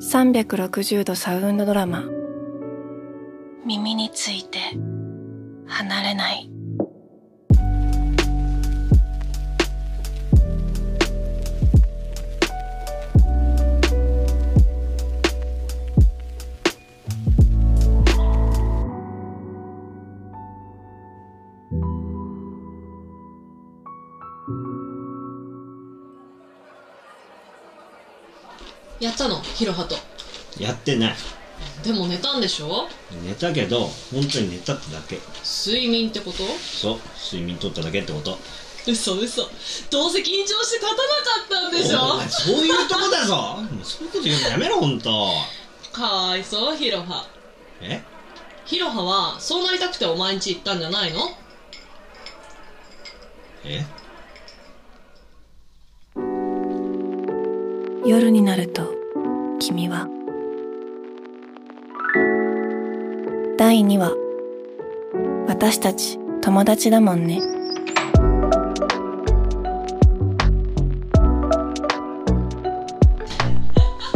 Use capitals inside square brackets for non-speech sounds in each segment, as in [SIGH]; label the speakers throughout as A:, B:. A: 360度サウンドドラマ耳について離れない
B: やったのヒロハと
C: やってない
B: でも寝たんでしょ
C: 寝たけど本当に寝たってだけ
B: 睡眠ってこと
C: そう睡眠取っただけってこと
B: 嘘嘘どうせ緊張して立たなかったんでし
C: お前
B: ょ
C: そういうとこだぞもうそういうこと言うのやめろ本当
B: かわいそうヒロハ
C: え
B: ヒロハはそうなりたくてお前ん家行ったんじゃないの
C: え
A: 夜になると君は第2話私たち友達だもんね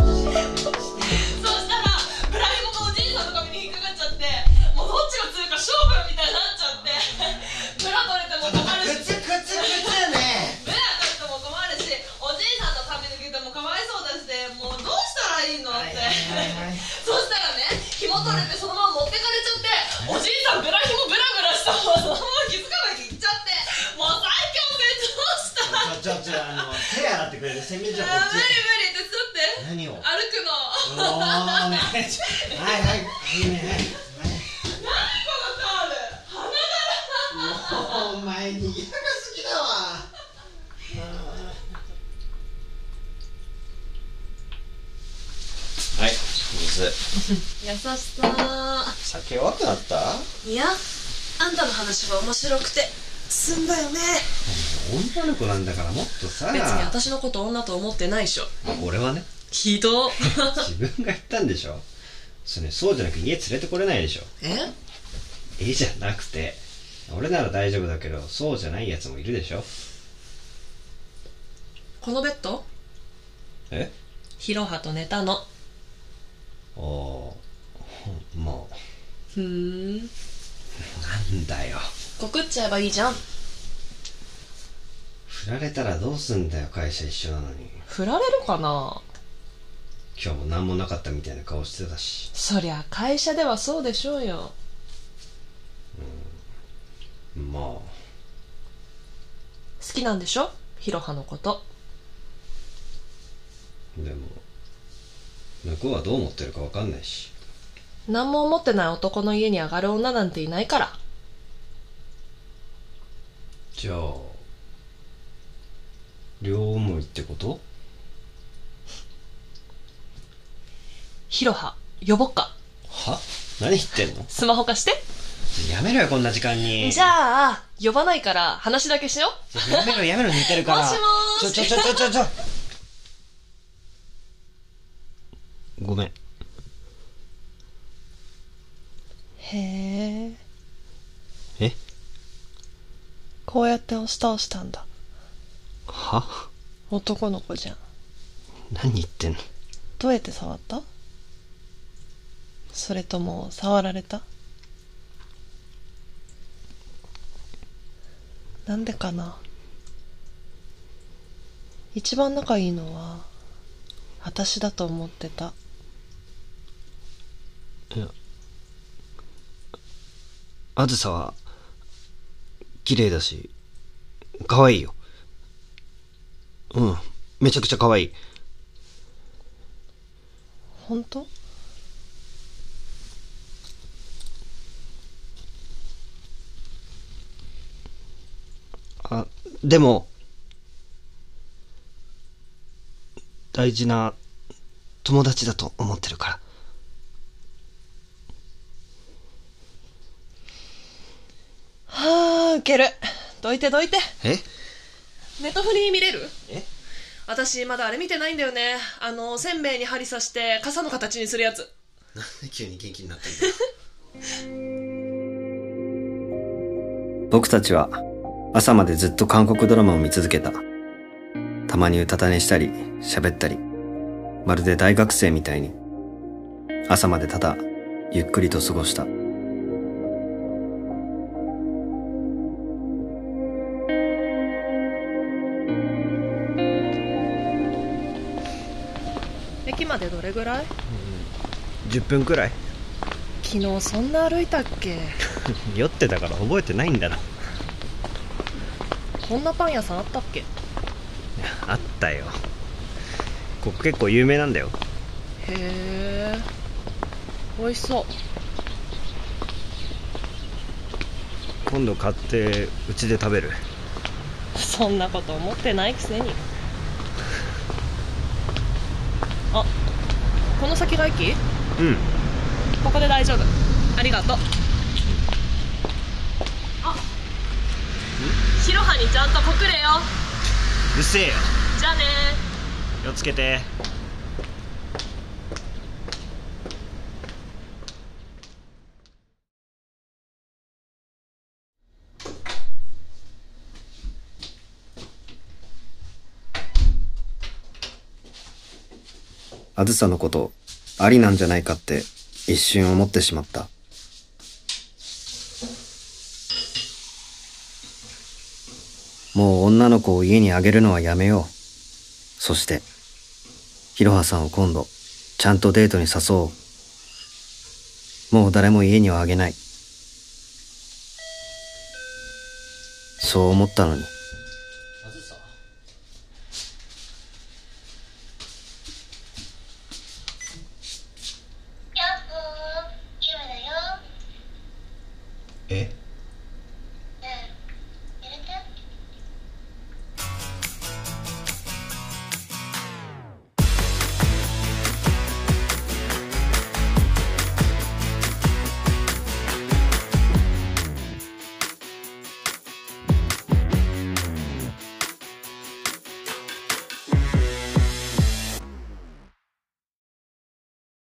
B: そしたらプライムがおじいさんの髪に引っかかっちゃってもうどっちが強いか勝負みたいになっちゃって村取れても困るし
D: くつね
B: 村取れても困るしおじいさんの髪抜けてもかわいそうだしでもうどうしたらいいのって [LAUGHS] そしたらね紐取れてそのまま持ってかれちゃっておじいさんブラ紐ブラブラしたままそのまま気づかないで行っちゃってもう最強成長した
C: ちょちょちょあの手洗ってくれる洗面所こ
B: あ無
C: っ
B: 理無理手伝って
C: ち何を
B: 歩くの
C: おーねはいはいいいね
B: 何このタオル花柄
D: お前にぎやかすぎだわ
C: はい水
B: [LAUGHS] 優しさ
C: 酒弱くなった
B: いやあんたの話は面白くてすんだよね
C: 女の子なんだからもっとさ
B: 別に私のこと女と思ってないでしょ
C: 俺はね
B: ひど
C: 自分が言ったんでしょそれそうじゃなく家連れてこれないでしょ
B: [LAUGHS] え
C: えじゃなくて俺なら大丈夫だけどそうじゃないやつもいるでしょ
B: このベッド
C: え
B: ヒロハと寝たの
C: ああもう
B: ふーん
C: なんだよ
B: 告っちゃえばいいじゃん
C: 振られたらどうすんだよ会社一緒なのに
B: 振られるかな
C: 今日も何もなかったみたいな顔してたし
B: そりゃ会社ではそうでしょうよ
C: ま
B: 好きなんでしょヒロハのこと
C: あでも向こうはどう思ってるか分かんないし
B: 何も思ってない男の家に上がる女なんていないから
C: じゃあ両思いってこと
B: ヒロハ呼ぼっか
C: は何言ってんの
B: スマホ貸して
C: やめろよこんな時間に
B: じゃあ呼ばないから話だけしよ
C: やめろやめろ寝てるから
B: もしもーし
C: ちょちょちょちょちょちょごめん
B: へえ
C: え
B: こうやって押し倒したんだ
C: は
B: 男の子じゃん
C: 何言ってんの
B: どうやって触ったそれとも触られたなんでかな一番仲いいのは私だと思ってた
C: あずさは綺麗だし可愛いようんめちゃくちゃ可愛い
B: 本当
C: あでも大事な友達だと思ってるから
B: はあウケるどいてどいて
C: え
B: ネットフリー見れる
C: え
B: 私まだあれ見てないんだよねあのせんべいに針刺して傘の形にするやつ
C: なんで急に元気になってんだ [LAUGHS]
E: 僕たちは朝までずっと韓国ドラマを見続けた。たまにうたた寝したり、喋ったり、
C: まるで大学生みたいに、朝までただ、ゆっくりと過ごした。
B: 駅までどれぐらい
F: 10分くらい [LAUGHS]
B: 昨日そんな歩いたっけ
F: 酔ってたから覚えてないんだな
B: こんなパン屋さんあったっけ
F: あったよここ結構有名なんだよ
B: へえ美味しそう
F: 今度買ってうちで食べる
B: そんなこと思ってないくせにあこの先が駅
F: うん
B: ここで大丈夫ありがとうあ白羽にちゃんと隠れよ
F: うっせえよ
B: じゃあね
F: 気をつけて
C: あずさのこと、ありなんじゃないかって、一瞬思ってしまった。もう女の子を家にあげるのはやめよう。そして、ひろはさんを今度、ちゃんとデートに誘おう。もう誰も家にはあげない。そう思ったのに。